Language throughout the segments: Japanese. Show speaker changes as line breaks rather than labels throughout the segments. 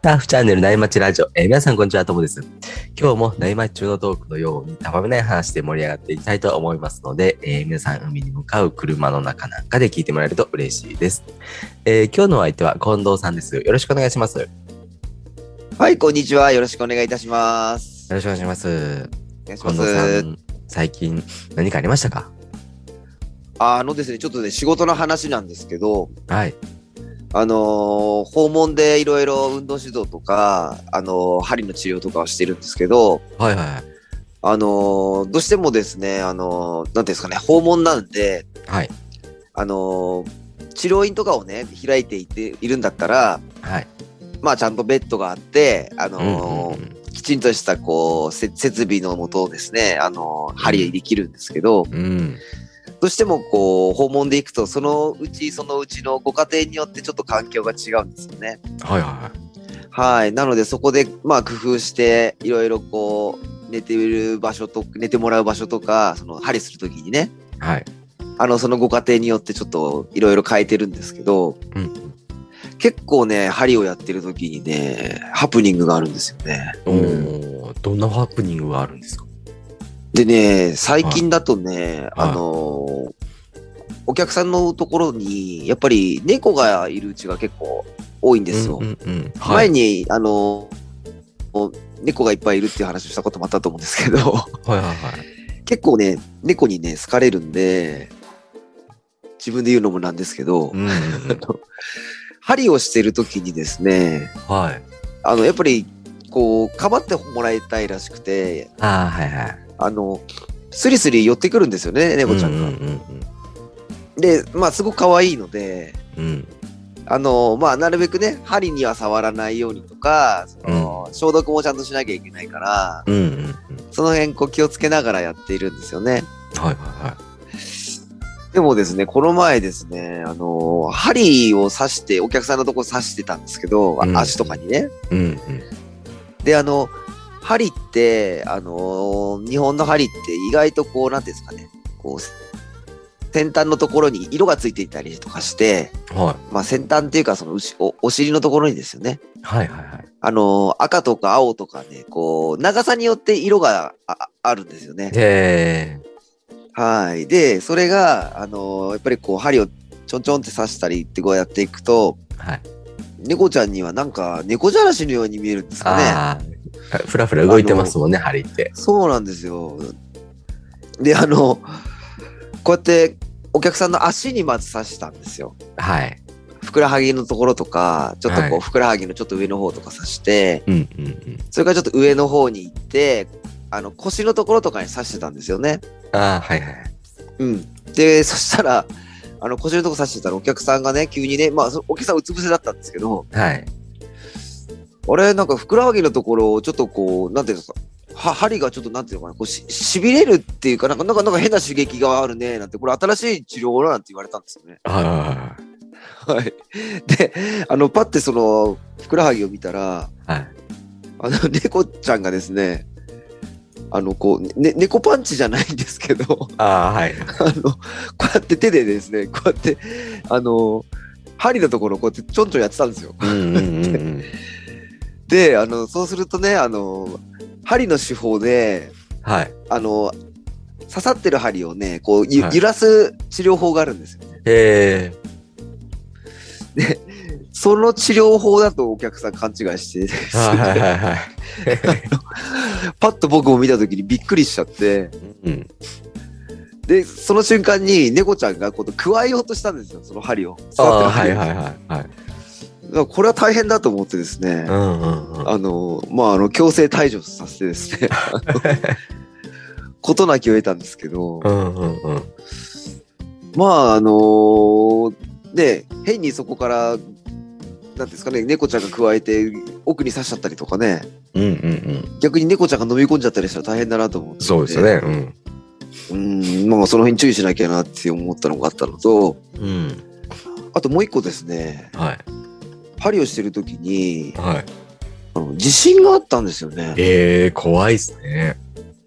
ターフチャンネル内町ラジオ、えー皆さんこんにちは、ともです。今日も内町中のトークのように、たわめない話で盛り上がっていきたいと思いますので、えー皆さん海に向かう車の中なんかで聞いてもらえると嬉しいです。えー今日のお相手は近藤さんです。よろしくお願いします。よ
はい、こんにちは。よろしくお願いいたします。
ろしくお願いします。
お願いし
近
ま
藤さ
す。
ん、最近何かありましたか
あのですね、ちょっとね、仕事の話なんですけど、
はい。
あのー訪問でいろいろ運動指導とか、あのー針の治療とかをしてるんですけど、
はいは
あのーどうしてもですね、あのーなんていうんですかね、訪問なんで、
い。はい。
あのー治療院とかをね、開いていて、いるんだったら、
はい。
まあ、ちゃんとベッドがあって、あ
うんうん
の
う
ー
ん
きちんとした、こう、せ設備のもとをですね、あのー針できるんですけど、
うん。
どうしてもこう訪問で行くとそのうちそのうちのご家庭によってちょっと環境が違うんですよね。
はいは
はいなのでそこでまあ工夫していろいろこう寝ている場所と寝てもらう場所とかその針する時にね
い。はい。
あのそのご家庭によってちょっといろいろ変えてるんですけど
うん。
結構ね針をやってる時にねハプニングがあるんですよね。うん
おーどんなハプニングがあるんですか
でね最近だとね、あのーお客さんのところにやっぱり猫がいるうちが結構多いんですよ。
うんうんうんはい
前に、あのお猫がいっぱいいるっていう話をしたこともあったと思うんですけど
はいはいはい。
結構ね猫にね好かれるんで自分で言うのもなんですけど、
うんうんう
あ
ん
の針をしてる時にですね
はい。
あのやっぱりこうかばってもらいたいらしくて
ああ、はいはい。
あのスリスリ寄ってくるんですよね猫ちゃんが。
うんうん
でまあすごく可愛いので
うんうん。
あのまあなるべくね針には触らないようにとかその、消毒もちゃんとしなきゃいけないから
うんうんうん。
その辺こう気をつけながらやっているんですよね。
はいはいは
でもですね、この前ですね、あの、針を刺して、お客さんのとこ刺してたんですけど、あ
うん
足とかにね。
い。うんうん。
で、あの、針って、あの、日本の針って意外とこう、なんていうんですかね、こう、先端のところに色がついていたりとかして、
は
まあ先端っていうかそのうしおお尻のところにですよね。
い。はいはいはい。
あの、赤とか青とかね、こう、長さによって色がああるんですよね。
へえ。
はい。で、それが、あのーやっぱりこう、針をちょんちょんって刺したりってこうやっていくと、
はい。
猫ちゃんにはなんか猫じゃらしのように見えるんですかね。
ああ。ふらふら動いてますもんね、針って。
そうなんですよ。で、あの、こうやってお客さんの足にまず刺したんですよ。
はい。
ふくらはぎのところとか、ちょっとこう、
はい
ふくらはぎのちょっと上の方とか刺して、
うんうんうん。
それからちょっと上の方に行って、あの腰のところとかに刺してたんですよね。
ああ、はいはい。
うん。で、そしたら、あの、腰のとこ刺してたらお客さんがね、急にね、まあ、そお客さんうつ伏せだったんですけど、
はい。
あれ、なんかふくらはぎのところをちょっとこう、なんていうんですか、は針がちょっとなんていうのかな、こうし、しびれるっていうかなんか、なんか、なんか変な刺激があるね、なんて、これ新しい治療だなんて言われたんですよね。
はいは
はい。で、あの、パってその、ふくらはぎを見たら、
いはい。
あの、猫ちゃんがですね、あの、こう、ね、猫パンチじゃないんですけど、
ああ、はい。
あの、こうやって手でですね、こうやって、あの、針のところをこうやってちょんちょんやってたんですよ。
うんうんうんうん。
で、あの、そうするとね、あの、針の手法で、
はい。
あの、刺さってる針をね、こう、ゆ
はい
揺らす治療法があるんですよね。
へえ。
その治療法だとお客さん勘違いして ですね、
はいはいはいはい。
パッと僕も見た時にびっくりしちゃって、
うん。
で、その瞬間に猫ちゃんがこう、くわえようとしたんですよ、その針を。
あ
刺さっ
あ、
てる
はい
針を
はいはいはい。
だからこれは大変だと思ってですね、
うんうんうん。
あの、まあ、あの、強制退場させてです ね、あのことなきを得たんですけど、
うんうんうん。
まあ、あのーね、変にそこから、なんていうんですかね、猫ちゃんが加えて、奥に刺しちゃったりとかね、
うんうんうん。
逆に猫ちゃんが飲み込んじゃったりしたら大変だなと思って。
そうですよね。。うん。
うん、まあ、その辺注意しなきゃなって思ったのがあったのと、
うん。
あともう一個ですね、
はい。
針をしてる時に、
はい。
あの地震があったんですよね。
ええ、怖いっすね。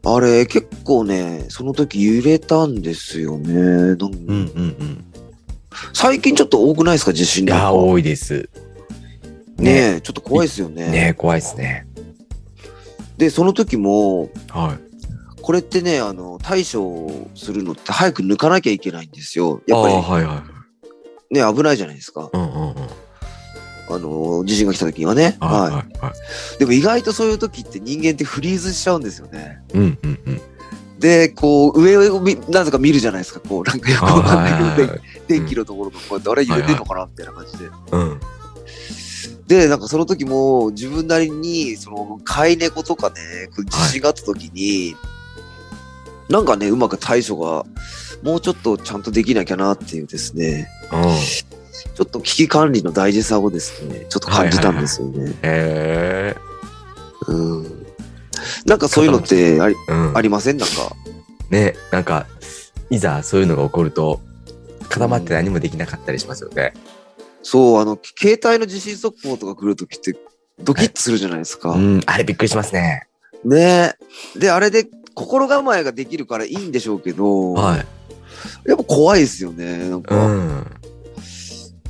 あれ、結構ね、その時揺れたんですよね。なんか
うんうんうん。
最近ちょっと多くないですか、地震
いや、
多い。
多いです。
ねえ、ちょっと怖いですよね。
ねえ怖いですね。
で、その時も、
はい。
これってね、あの、対処するのって早く抜かなきゃいけないんですよ。
あ
やっぱ
あ、
り
はいはい。
ね、危ないじゃないですか。
うんうんうん。
あの、地震が来た時にはね。
は
は
はい
い
はい。
い。でも意外とそういう時って人間ってフリーズしちゃうんですよね。
うんうんうん。
で、こう、上をみなぜか見るじゃないですか。こう、なんかよくわかんないけど
はいはいはい
天天気のところがこうやって、あれ揺れてんのかなみたいな感じで。
うん。
で、なんかその時も自分なりに、その飼い猫とかね、こう地震があった時に、なんかね、うまく対処が、もうちょっとちゃんとできなきゃなっていうですね、
うん。
ちょっと危機管理の大事さをですね、ちょっと感じたんですよね。
ええ
うん。なんかそういうのってあり
うん。
ありませんなんか。
ね、なんか、いざそういうのが起こると、固まって何もできなかったりしますよね。
そう、あの、携帯の地震速報とか来る時って、ドキッとするじゃないですか。
うん、あれびっくりしますね。
ねえで、あれで心構えができるからいいんでしょうけど、
はい。
やっぱ怖いですよね。なんか。
うん。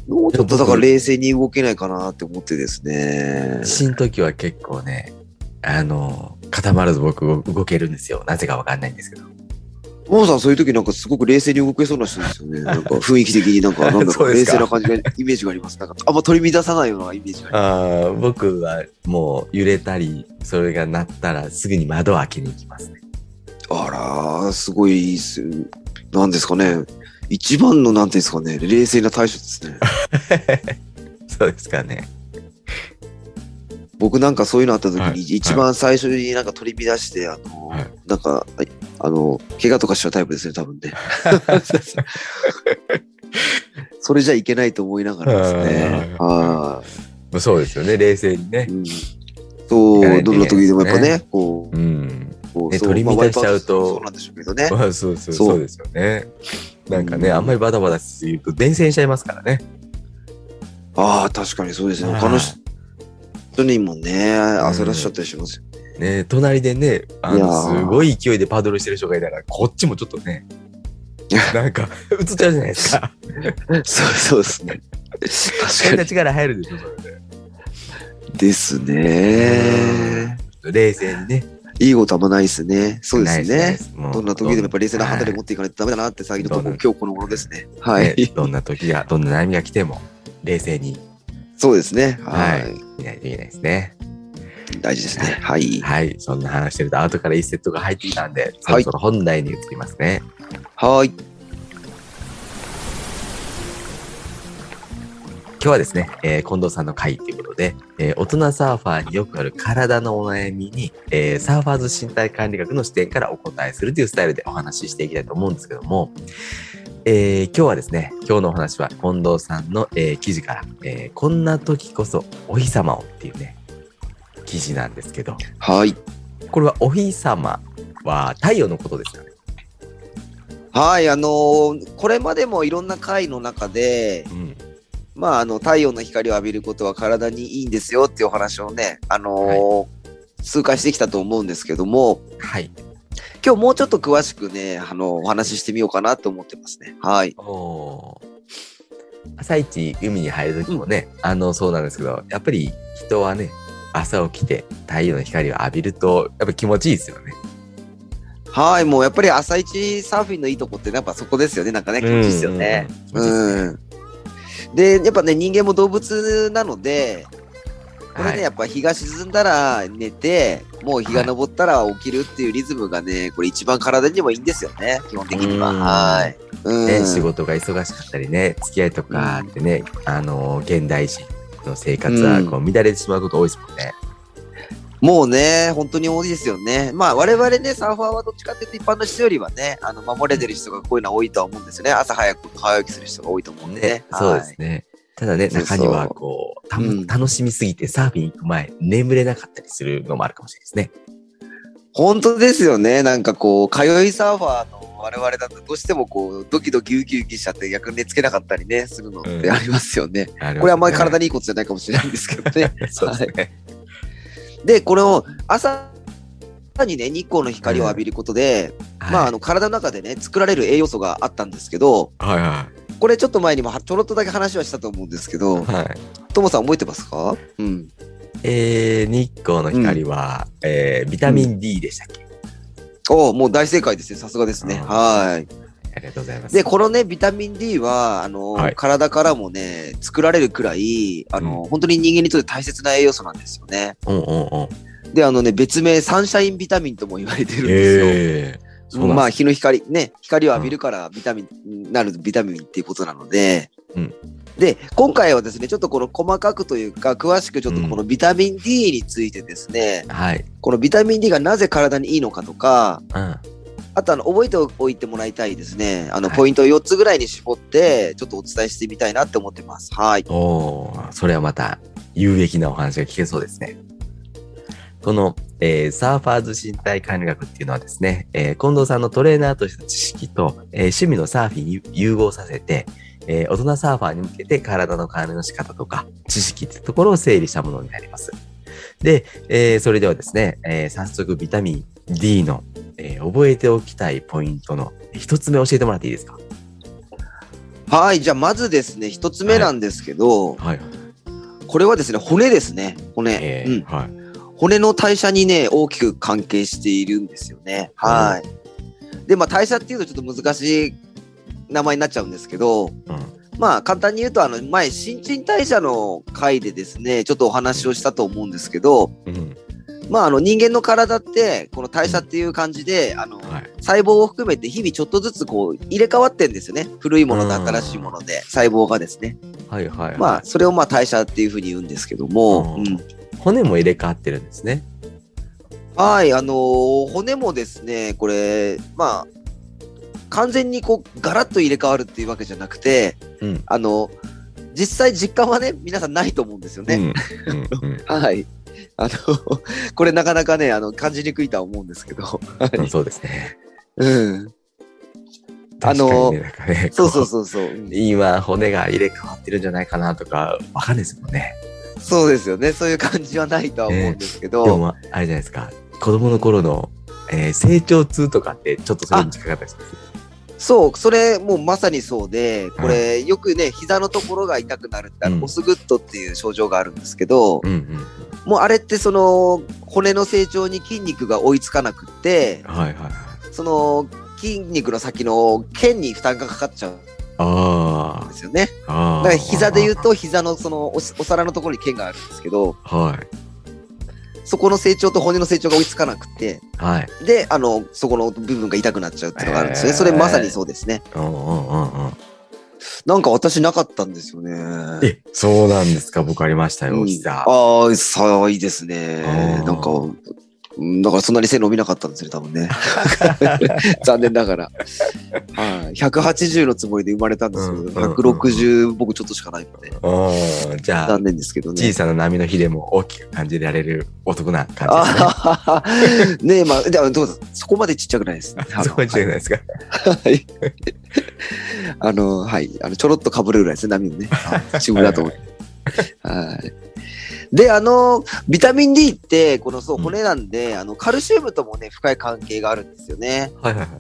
もうちょっとだから冷静に動けないかなって思ってですね
地。震の時は結構ね、あの、固まらず僕動けるんですよ。なぜかわかんないんですけど。
モモさんそういう時なんかすごく冷静に動けそうな人ですよね。なんか雰囲気的になんかなん だ
そう
ろう
で
冷
すか
静な感じがイメージがあります。なんかあんま取り乱さないようなイメージがありま
ああ、僕はもう揺れたり、それが鳴ったらすぐに窓を開けに行きますね。
す。あらー、すごいっす。なんですかね。一番のなんていうんですかね、冷静な対処ですね。
そうですかね。
僕なんかそういうのあった時
はい
に一番最初になんか取り乱して、あの、
はい
なんか、あの、怪我とかしちゃうタイプですね、多分ね。それじゃいけないと思いながらですね。は
そうですよね、冷静にね
い。。うんそう、どんな時でもやっぱね、こう
うん。
こう、
ね
そう
取り
まあ
乱しちゃうと
ワイパーそうそうなんでしょうけどね。
まあ、そうそう、
そう
そうですよね。なんかね、
うん
あんまりバタバタしすぎると伝染しちゃいますからね。
ああ、確かにそうですね。他の人にもね、焦らしちゃったりしますよ。
ね、隣でね、あ
いや
の、
ー
すごい勢いでパドルしてる人がいたから、こっちもちょっと ね、なんか、映っちゃうじゃないですか。
そうそうですね。
変
確か
な力入るでしょ、それで。
に。ですね。
冷静にね。
いいことあんまないですね。そうですね。。
もう
どんな時でもやっぱり冷静な判断で持っていかないとダメだなって最近のとこ今日この頃ですね。は
ね
い。
どんな時が、どんな悩みが来ても、冷静に
そうですね。
は
はいい。
見ないといけないですね。
大事ですね。はい。
はい、そんな話してると、後から一セットが入ってきたんで、そろそろ本題に移りますね。
はい。
今日はですね、えー近藤さんの回ということで、えー大人サーファーによくある体のお悩みに、えーサーファーズ身体管理学の視点からお答えするというスタイルでお話ししていきたいと思うんですけども、えー今日はですね、今日のお話は近藤さんの、えー記事から、えーこんな時こそお日様をっていうね、記事なんですけど、
はい。
これはお日様は太陽のことですかね。
はい。あのーこれまでもいろんな回の中で、
うん。
まあ、あの、太陽の光を浴びることは体にいいんですよっていうお話をね、あのー通過してきたと思うんですけども、
はい。
今日もうちょっと詳しくね、あのお話ししてみようかなと思ってますね。はい。
おー朝一海に入る時もね、あのそうなんですけどやっぱり人はね朝起きて太陽の光を浴びるとやっぱ気持ちいいですよね。
はい。もうやっぱり朝一サーフィンのいいとこって、やっぱそこですよね。なんかね、気持ちいいですよね。
うんうんうん。
うん。で、やっぱね、人間も動物なので、これね、
はい
やっぱ日が沈んだら寝て、もう日が昇ったら起きるっていうリズムがね、これ一番体にもいいんですよね、基本的には。
うん
はい。うん。
ね、仕事が忙しかったりね付き合いとかってね、あの現代人の生活はこう乱れてしまうこと多いですもんね。
もうね、本当に多いですよね。まあ、我々ね、サーファーはどっちかっていうと一般の人よりはね、あの、守れてる人がこういうのは多いとは思うんですよね。朝早く早起きする人が多いと思うんでね。
ねそうです
ね。
ね。ただね
そう
中
そ
に
う
はこうたの
うん
楽しみすぎてサーフィン行く前眠れなかったりするのもあるかもしれないですね。
本当ですよね。なんかこう、通いサーファーの我々だとどうしてもこう、ドキドキウキウキしちゃって逆に寝つけなかったりね、するのっ
うん
てありますよね。
こ
これあんまり体
に、
にいいことじゃないかもしれないんですけどね。
そうですね。
で、これを朝にね、日光の光を浴びることで、まあ、あの、体の中でね、作られる栄養素があったんですけど、
あ、はいは
これちょっと前にもはちょろっとだけ話はしたと思うんですけど、
はい。
ともさん覚えてますかうん。
えー、日光の光は、えービタミン D でしたっけ、
おお、もう大正解ですね。さすがですね。
うん
は
ありがとうございま
い。
す。
で、このね、ビタミン D は、あの、
はい
体からもね、作られるくらい、あの、本当に人間にとって大切な栄養素なんですよね。
うんうんうん。
で、あのね、別名、サンシャインビタミンとも言われてるんですよ。
えー、そうなんです
まあ日の光ね光を浴びるからビタミン、なるビタミンっていうことなので、
うん
で今回はですねちょっとこの細かくというか詳しくちょっとこのビタミン D についてですね、
はい。
このビタミン D がなぜ体にいいのかとか
うん。
あとあの覚えておいてもらいたいですねあの
はい
ポイントを4つぐらいに絞ってちょっとお伝えしてみたいなって思ってますはい
おーそれはまた有益なお話が聞けそうですね。この、えーサーファーズ身体管理学っていうのはですね、えー近藤さんのトレーナーとしての知識と、えー趣味のサーフィンに融合させて、えー大人サーファーに向けて体の管理の仕方とか知識ってところを整理したものになります。で、えーそれではですね、えー早速ビタミン D の、えー覚えておきたいポイントの一つ目教えてもらっていいですか
はいじゃあまずですね1つ目なんですけど、
はい。
これはですね骨ですね骨、
え
う
ー、
ん
はい。
骨の代謝にね大きく関係しているんですよね。はい、でまあ代謝っていうとちょっと難しい名前になっちゃうんですけど
うん。
まあ簡単に言うとあの前新陳代謝の回でですねちょっとお話をしたと思うんですけど
うん。
まああの人間の体ってこの代謝っていう感じであの
はい。
細胞を含めて日々ちょっとずつこう入れ替わってんですよね古いものと新しいもので細胞がですね
はいはいはい。
まあそれをまあ代謝っていうふうに言うんですけども、
うん
うん
骨も入れ替わってるんですね。
はい、あのー骨もですね、これ、まあ、完全にこう、ガラッと入れ替わるっていうわけじゃなくて、
うん。
あの、実際実感はね、皆さんないと思うんですよね。
うん。うん
はい。あの、 これなかなかね、あの、感じにくいとは思うんですけど。
うん、 そうですね。
うん。 あ
あ
の
の
ー
なんかね、
そうそう
こ
そうそう。うん
う。今、骨が入れ替わってるんじゃないかなとか、わかんないですもんね。
そうですよね。そういう感じはないとは思うんですけ
で
ど。
も、まああれじゃないですか。子供の頃の、えー成長痛とかって、ちょっとそれに近かったりします。
そう、それもうまさにそうで、これよくね、膝のところが痛くなるって、あ
うん
のオスグッドっていう症状があるんですけど、
うんうん。
もうあれってその骨の成長に筋肉が追いつかなくって
はいはいはい。
その筋肉の先の腱に負担がかかっちゃうん
あ
ですよね
あ。ああ。
だから膝で言うと膝のそのおしお皿のところに腱があるんですけど
はい。
そこの成長と骨の成長が追いつかなくて
はい。
であのそこの部分が痛くなっちゃうっていうのがあるんですよね、
へー
それまさにそうですね
うんうんうんうん。
なんか私なかったんですよね
え、そうなんですか。僕ありましたよ、膝。
ああさあいいですね
あー
なんかうんだからそんなに背伸びなかったんですね多 分ね残念ながら。はい。180のつもりで生まれたんですけど、
うんうん
160僕ちょっとしかないので、
うん。じゃあ
残、念ですけど
小
ね。
さな波の日でも大きく感じられるお得な感じですね。
あー ねえ、まあ、でもどうぞ、そこまでちっちゃくないです。あ の
そうじゃないですか。
はい。あの、はい。あの、ちょろっと被るぐらいですね、波もね。チームだと思って。はい。で、あの、ビタミン D って、このそう、
うん
骨なんで、あの、カルシウムともね、深い関係があるんですよね。
はいはいはい。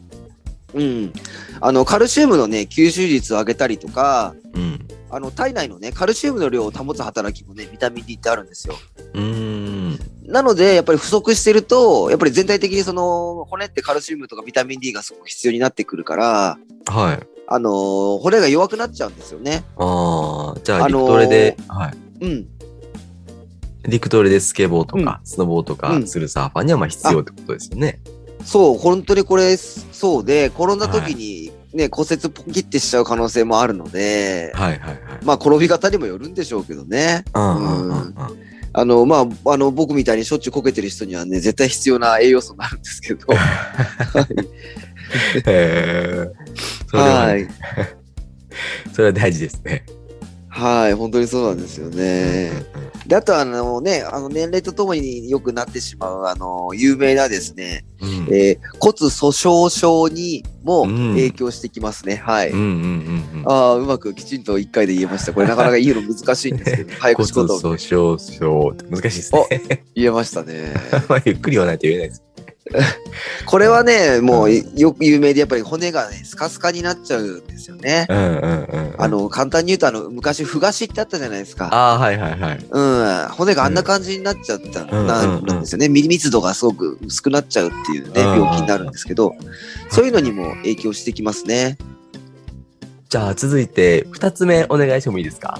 うん。あの、カルシウムのね、吸収率を上げたりとか、
うん。
あの、体内のね、カルシウムの量を保つ働きもね、ビタミン D ってあるんですよ。
うーん。
なので、やっぱり不足してると、やっぱり全体的にその、骨ってカルシウムとかビタミン D がすごく必要になってくるから、
はい。
あのー骨が弱くなっちゃうんですよね。
ああ、じゃあ、
あの
陸
ー
トレで、はい。
うん。
陸トレでスケボーとか、スノボーとかするサーファーにはまあ必要ってことですよね。
そう、本当にこれ、そうで、転んだ時にね、骨折ポキってしちゃう可能性もあるので、
はいはいはい。
まあ、転び方にもよるんでしょうけどね。
うんうんうんうん。
あの、まあ、あの、僕みたいにしょっちゅうこけてる人にはね、絶対必要な栄養素になるんですけど。
へえ。 それ
は
は、
い。
それは大事ですね。
はい、本当にそうなんですよね。
うんうん
で、あとあのね、あの、年齢とともに良くなってしまう、あの、有名なですね、
うん
えー骨粗鬆症にも
うん
影響してきますね。はい。
うんうんうんうん。
ああ、うまくきちんと一回で言えました。これなかなか言うの難しいんです けど、早
骨
口言
粗
葉
鬆症って難しいですね。
言えましたね。
あんまりゆっくり言わないと言えないです。
これはね、もうよく有名でやっぱり骨がね、スカスカになっちゃうんですよね。
うんうんうん。
あ、の、簡単に言うと、あの、昔、ふがしってあったじゃないですか。
ああ、はいはいはい。
うん、骨があんな感じになっちゃった、
うん
な
うんうん
るんですよね。密度がすごく薄くなっちゃうっていう
う
ね、
ん
病気になるんですけど、そういうのにも影響してきますね。
じゃあ続いて2つ目お願いしてもいいですか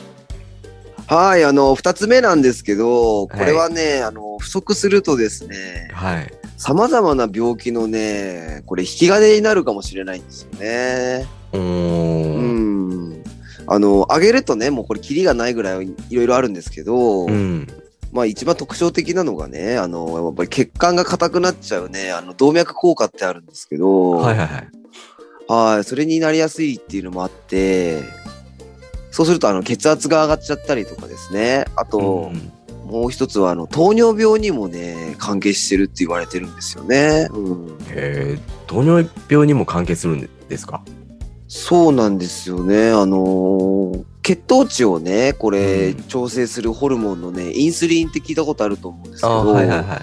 はい、あの、二つ目なんですけど、これはね、あの、不足するとですね、
はい。
様々な病気のね、これ、引き金になるかもしれないんですよね。
う。
うんん。あの、上げるとね、もうこれ、キリがないぐらいいろいろあるんですけど、
うん。
まあ一番特徴的なのがね、あの、やっぱり血管が硬くなっちゃうね、あの、動脈硬化ってあるんですけど、
はいはいはい。
はいそれになりやすいっていうのもあって、そうするとあの血圧が上がっちゃったりとかですね。あと、
ん
もう一つはあの糖尿病にもね、関係してるって言われてるんですよね。うん。
えー、糖尿病にも関係するんですか
そうなんですよね。あのー血糖値をね、これ、
うん
調整するホルモンのね、インスリンって聞いたことあると思うんですけど、
あーはいはいはい。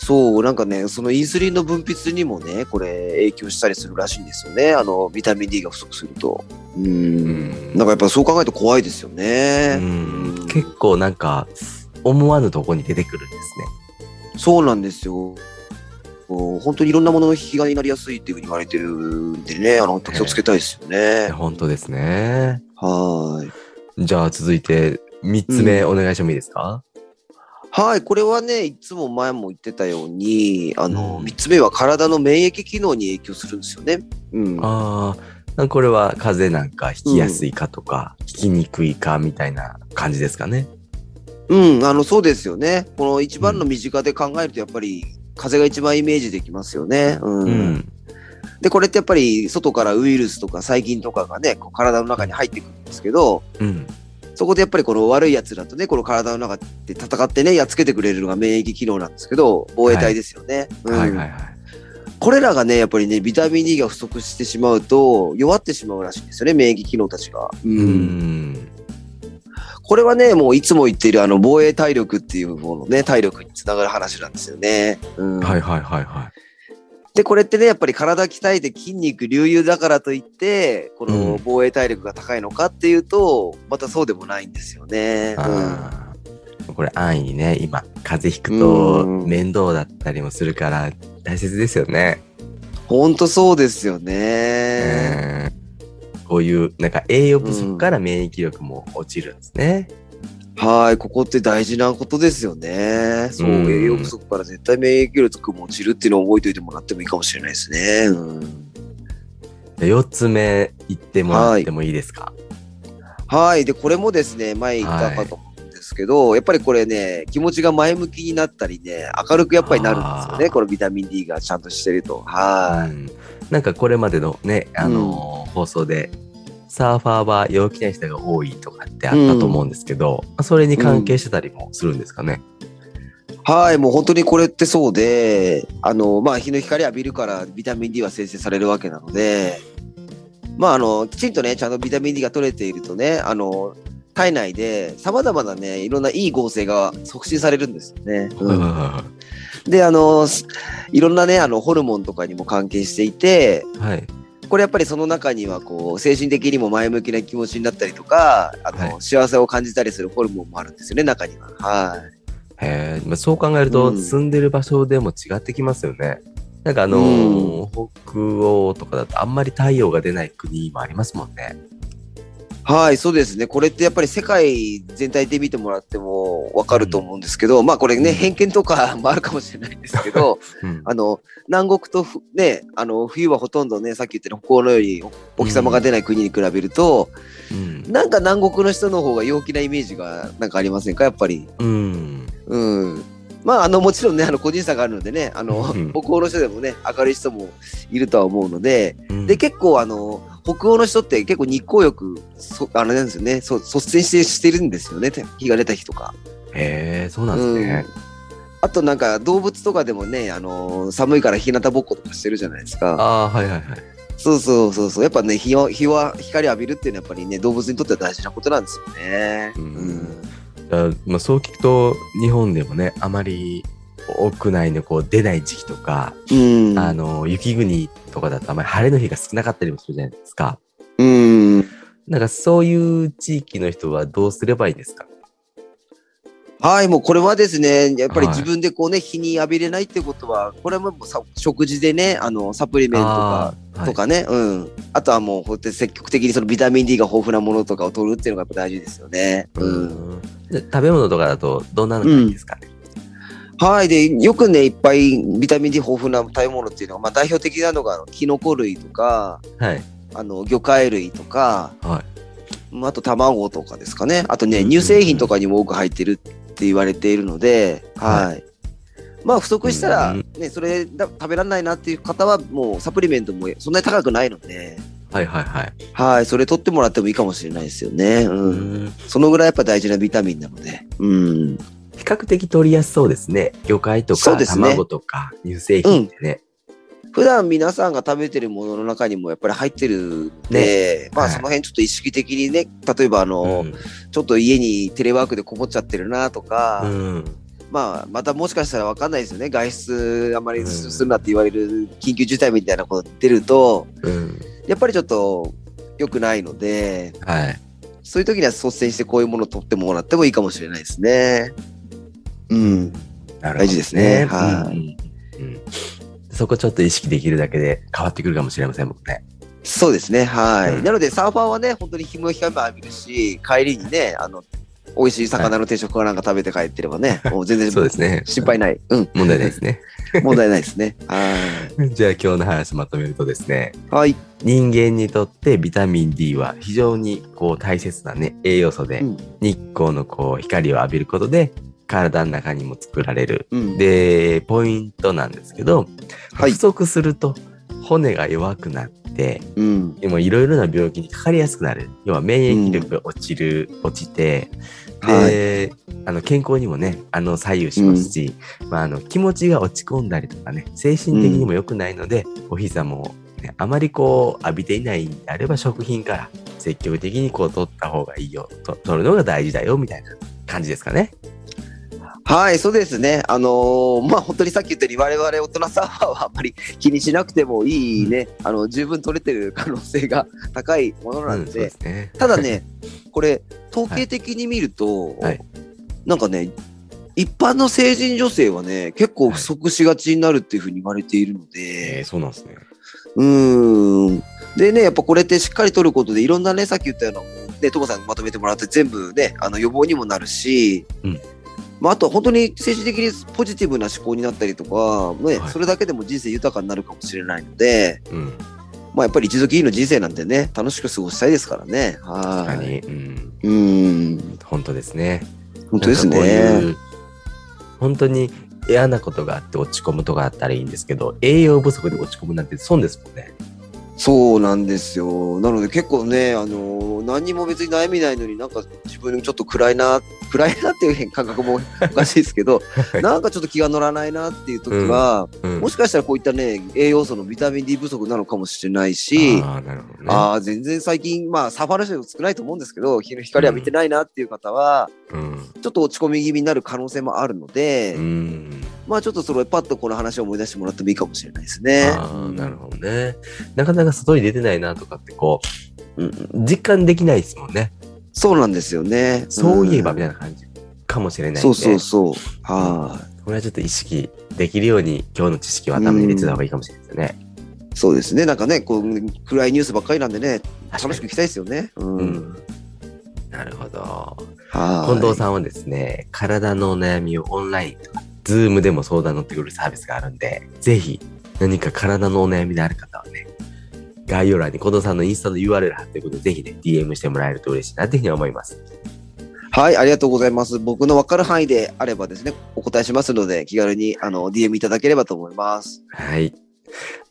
そう、なんかね、そのインスリンの分泌にもね、これ影響したりするらしいんですよね。あの、ビタミン D が不足すると。う。
うんん
なんかやっぱそう考えると怖いですよね。
うん結構なんか思わぬとこに出てくるんですね。
そうなんですよ。こう本当にいろんなものの引き金になりやすいっていうふうに言われてるんでね、あの、本当気をつけたいですよ
いや
ね。
本当ですね。
はーい。
じゃあ続いて3つ目お願いしてもいいですか、
はい、これはね、いつも前も言ってたように、あの、
うん
三つ目は体の免疫機能に影響するんですよね。うん。
ああ、これは風邪なんか引きやすいかとか、引きにくいかみたいな感じですかね。
うん、あの、そうですよね。この一番の身近で考えると、やっぱり、風が一番イメージできますよね。うん。
うん。
で、これってやっぱり、外からウイルスとか細菌とかがね、こう体の中に入ってくるんですけど、
うん。
そこでやっぱりこの悪い奴らとね、この体の中で戦ってね、やっつけてくれるのが免疫機能なんですけど、防衛隊ですよね。うん
はいはいはい。
これらがね、やっぱりね、ビタミン D が不足してしまうと、弱ってしまうらしいんですよね、免疫機能たちが。
う
うん
ん。
これはね、もういつも言っているあの防衛体力っていうものね、体力につながる話なんですよね。うん
はいはいはいは
で、これってね、やっぱり体鍛えて筋肉隆々だからといって、こ
う
の
ん
防衛体力が高いのかっていうと、またそうでもないんですよね
い。。
うん
あーこれ安易にね、今、風邪ひくと
うん
面倒だったりもするから大切ですよね。
ほんとそうですよね。
えーこういうなんか栄養不足から免疫力も落ちるんですね。
はい、ここって大事なことですよね。そう、
うん
栄養不足から絶対免疫力も落ちるっていうのを覚えておいてもらってもいいかもしれないですね。うん
4つ目言ってもらってもいいですか、
はい。で、これもですね、前言ったかと思うんですけど、やっぱりこれね、気持ちが前向きになったりね、明るくやっぱりなるんですよ
あ
ね。
ー
このビタミン D がちゃんとしてると。は
うんなんかこれまでのね、あのー放送でサーファーは陽気な人が多いとかってあったと思うんですけど、それに関係してたりもするんですかね。
い。はい。もう本当にこれってそうで、あの、まあ、日の光浴びるからビタミン D は生成されるわけなので、まあ、あの、きちんとね、ちゃんとビタミン D が取れているとね、あの、体内で様々なね、いろんないい合成が促進されるんですよね。う
う
ん
んは
で、あの、すいろんなね、あの、ホルモンとかにも関係していて、
い。
これやっぱりその中にはこう精神的にも前向きな気持ちになったりとかあの、
はい
幸せを感じたりするホルモンもあるんですよね中には。はい
えーまあ、そう考えると、
うん
住んでる場所でも違ってきますよね。なんかあのー北欧とかだとあんまり太陽が出ない国もありますもんね。
はいそうですねこれってやっぱり世界全体で見てもらっても分かると思うんですけど、まあこれね
うん
偏見とかもあるかもしれないんですけ ど
うん
あの南国とふねあの冬はほとんどねさっき言ったように北欧のよりお日様が出ない国に比べると、
うん
なんか南国の人の方が陽気なイメージがなんかありませんかやっぱり。
うん
うん。まあ、あの、もちろんね、あの、個人差があるのでね、あの
うん、
北欧の人でもね、明るい人もいるとは思うので、
うん
で、結構、あの、北欧の人って結構日光浴、そあれなんですよね、そ率先してしてるんですよね、て日が出た日とか。
へえそうなんですね。
あと、なんか、動物とかでもね、あの、寒いから日向ぼっことかしてるじゃないですか。
ああーはいはいはい。
そうそうそうそう。やっぱね、日を、日は、光浴びるっていうのはやっぱりね、動物にとっては大事なことなんですよね。
うん
うん
だまあ、そう聞くと日本でもねあまり屋内のこう出ない時期とか、
うん。
あの、雪国とかだとあまり晴れの日が少なかったりもするじゃないですか。
うん。
なんかそういう地域の人はどうすればいいですか
はい、もうこれはですね、やっぱり
はい
自分でこうね、日に浴びれないってことは、これはもうさ食事でね、あの、サプリメントか、
あーはい
とかね、うん。あとはもう、ほんとに積極的にそのビタミン D が豊富なものとかを取るっていうのがやっぱ大事ですよね。うん。
うんで食べ物とかだとどんなのがいいですかね、
はい。で、よくね、いっぱいビタミン D 豊富な食べ物っていうのは、まあ代表的なのが、あのキノコ類とか、
はい。
あの、魚介類とか、
はい
うんあと卵とかですかね。あとね、
うん
乳製品とかにも多く入ってるって言われているので、はい。まあ、不足したら、
うん
ね、それだ食べられないなっていう方は、もうサプリメントもそんなに高くないので、
はいはいはい。
はい。それ取ってもらってもいいかもしれないですよね。う。
うんん
そのぐらいやっぱ大事なビタミンなので。うん。
比較的取りやすそうですね。魚介と
そ
か、
うですね
卵とか乳製品ってね。
普段皆さんが食べてるものの中にもやっぱり入ってるんで、まあ
はい
その辺ちょっと意識的にね、例えばあの、
うん
ちょっと家にテレワークでこもっちゃってるなとか、
うん
まあ、またもしかしたら分かんないですよね、外出あんまり
うん
すするなって言われる緊急事態みたいなこと出ると、
うん
やっぱりちょっと良くないので、
はい。
そういう時には率先してこういうものを取ってもらってもいいかもしれないですね。うん。
なるほど
大事ですねはい
うんうんうんそこちょっと意識できるだけで変わってくるかもしれませんもんね。
そうですね、はい。
うん
なので、サーファーはね、本当に日も光も浴びるし、帰りにね、あの、美味しい魚の定食かなんか食べて帰ってればね、もう全然
そうですね。
心配ない。うん。
問題ないですね。
問題ないですね。は
じゃあ今日の話まとめるとですね、
い。はい。
人間にとってビタミン D は非常にこう大切なね、栄養素で、
うん
日光のこう光を浴びることで体の中にも作られる。
うん。
で、ポイントなんですけど、
はい
不。足すると骨が弱くなって、
うん。
でもいろいろな病気にかかりやすくなる。要は免疫力が落ちる、落ちて、で、あの健康にもね、あの左右しますし、まあ、あの気持ちが落ち込んだりとかね、精神的にも良くないので、お膝も、ね、あまりこう浴びていないんであれば食品から積極的にこう取った方がいいよ、と取るのが大事だよみたいな感じですかね。
はい、そうですね。あのーまあ、本当にさっき言ったように、我々大人サーファーはあんまり気にしなくてもいいね、あの、十分取れてる可能性が高いものな
うんん、
で、
そうですね。
ただね、これ、統計的に見ると、
はい
なんかね、一般の成人女性はね、結構不足しがちになるっていうふうに言われているの
えー
で、
そうなんですね。
うーん。でね、やっぱこれってしっかり取ることで、いろんなね、さっき言ったような、ね、トモさんにまとめてもらって、全部ね、あの予防にもなるし、
うん
まあ、あとは本当に政治的にポジティブな思考になったりとか、ね
はい
それだけでも人生豊かになるかもしれないので、
うん、
まあ、やっぱり一時金の人生なんでね、楽しく過ごしたいですからね。
確か
はい。
に。うん、
うーん。
本当ですね。
本当ですね。
なんかこういう本当に嫌なことがあって落ち込むとかあったらいいんですけど、栄養不足で落ち込むなんて損ですもんね。
そうなんですよ。なので結構ね、あのー何にも別に悩みないのになんか自分ちょっと暗いな、暗いなっていう変感覚も おかしいですけど、なんかちょっと気が乗らないなっていう時は、
うん
もしかしたらこういったね、栄養素のビタミン D 不足なのかもしれないし、
ああ、なるほどね。
ああ、全然最近、まあ、サファラシュ少ないと思うんですけど、日の光浴びてないなっていう方は、
うん。
ちょっと落ち込み気味になる可能性もあるので、
うん。
まあ、ちょっとそれ、パッとこの話を思い出してもらってもいいかもしれないですね。
ああ、なるほどね。なかなか外に出てないなとかってこう、
うん
実感できないですもんね。
そうなんですよね。
そういえば
ん
みたいな感じかもしれないんで、
そうそうそう。は
これはちょっと意識できるように今日の知識を頭に入れてた方がいいかもしれないですよね。
い。そうですね。なんかね、こう、暗いニュースばっかりなんでね、楽
確
しく
か
いきたいですよね。うん。
にうん。なるほど。
はい。
近藤さんはですね、体のお悩みをオンラインとか、ズームでも相談乗ってくるサービスがあるんで、ぜひ何か体のお悩みである方はね、概要欄に近藤さんのインスタの URL 貼っておくので、ぜひね、DM してもらえると嬉しいなっていうふうに思います。
はい、ありがとうございます。僕の分かる範囲であればですね、お答えしますので、気軽に、あの、DM いただければと思います。
はい。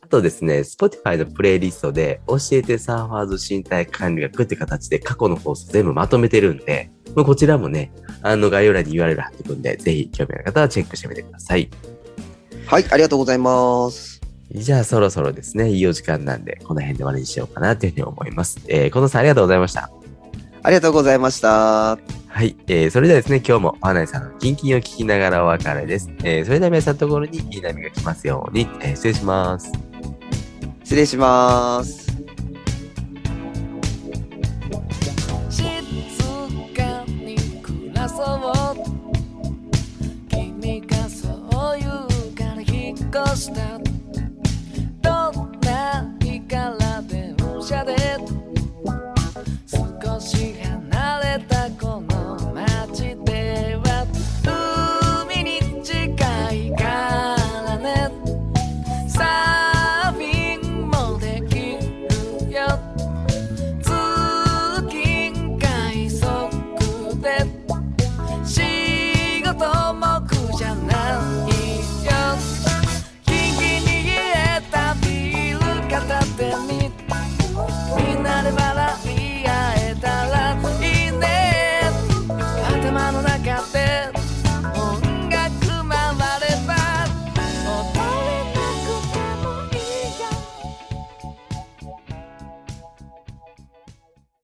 あとですね、Spotify のプレイリストで、教えてサーファーズ身体管理学って形で過去の放送全部まとめてるんで、まあこちらもね、あの概要欄に URL 貼っておくんで、ぜひ興味ある方はチェックしてみてください。
はい、ありがとうございます。
じゃあそろそろですね、いいお時間なんで、この辺で終わりにしようかなというふうに思います。えー、近藤さんありがとうございました。
あありがとうございました。
はい、えー、それではですね、今日もお花井さんのキンキンを聞きながらお別れです。えー、それでは皆さんのところにいい波が来ますように、えー失礼します。
失礼します。
静かに暮らそう君がそう言うから引っ越した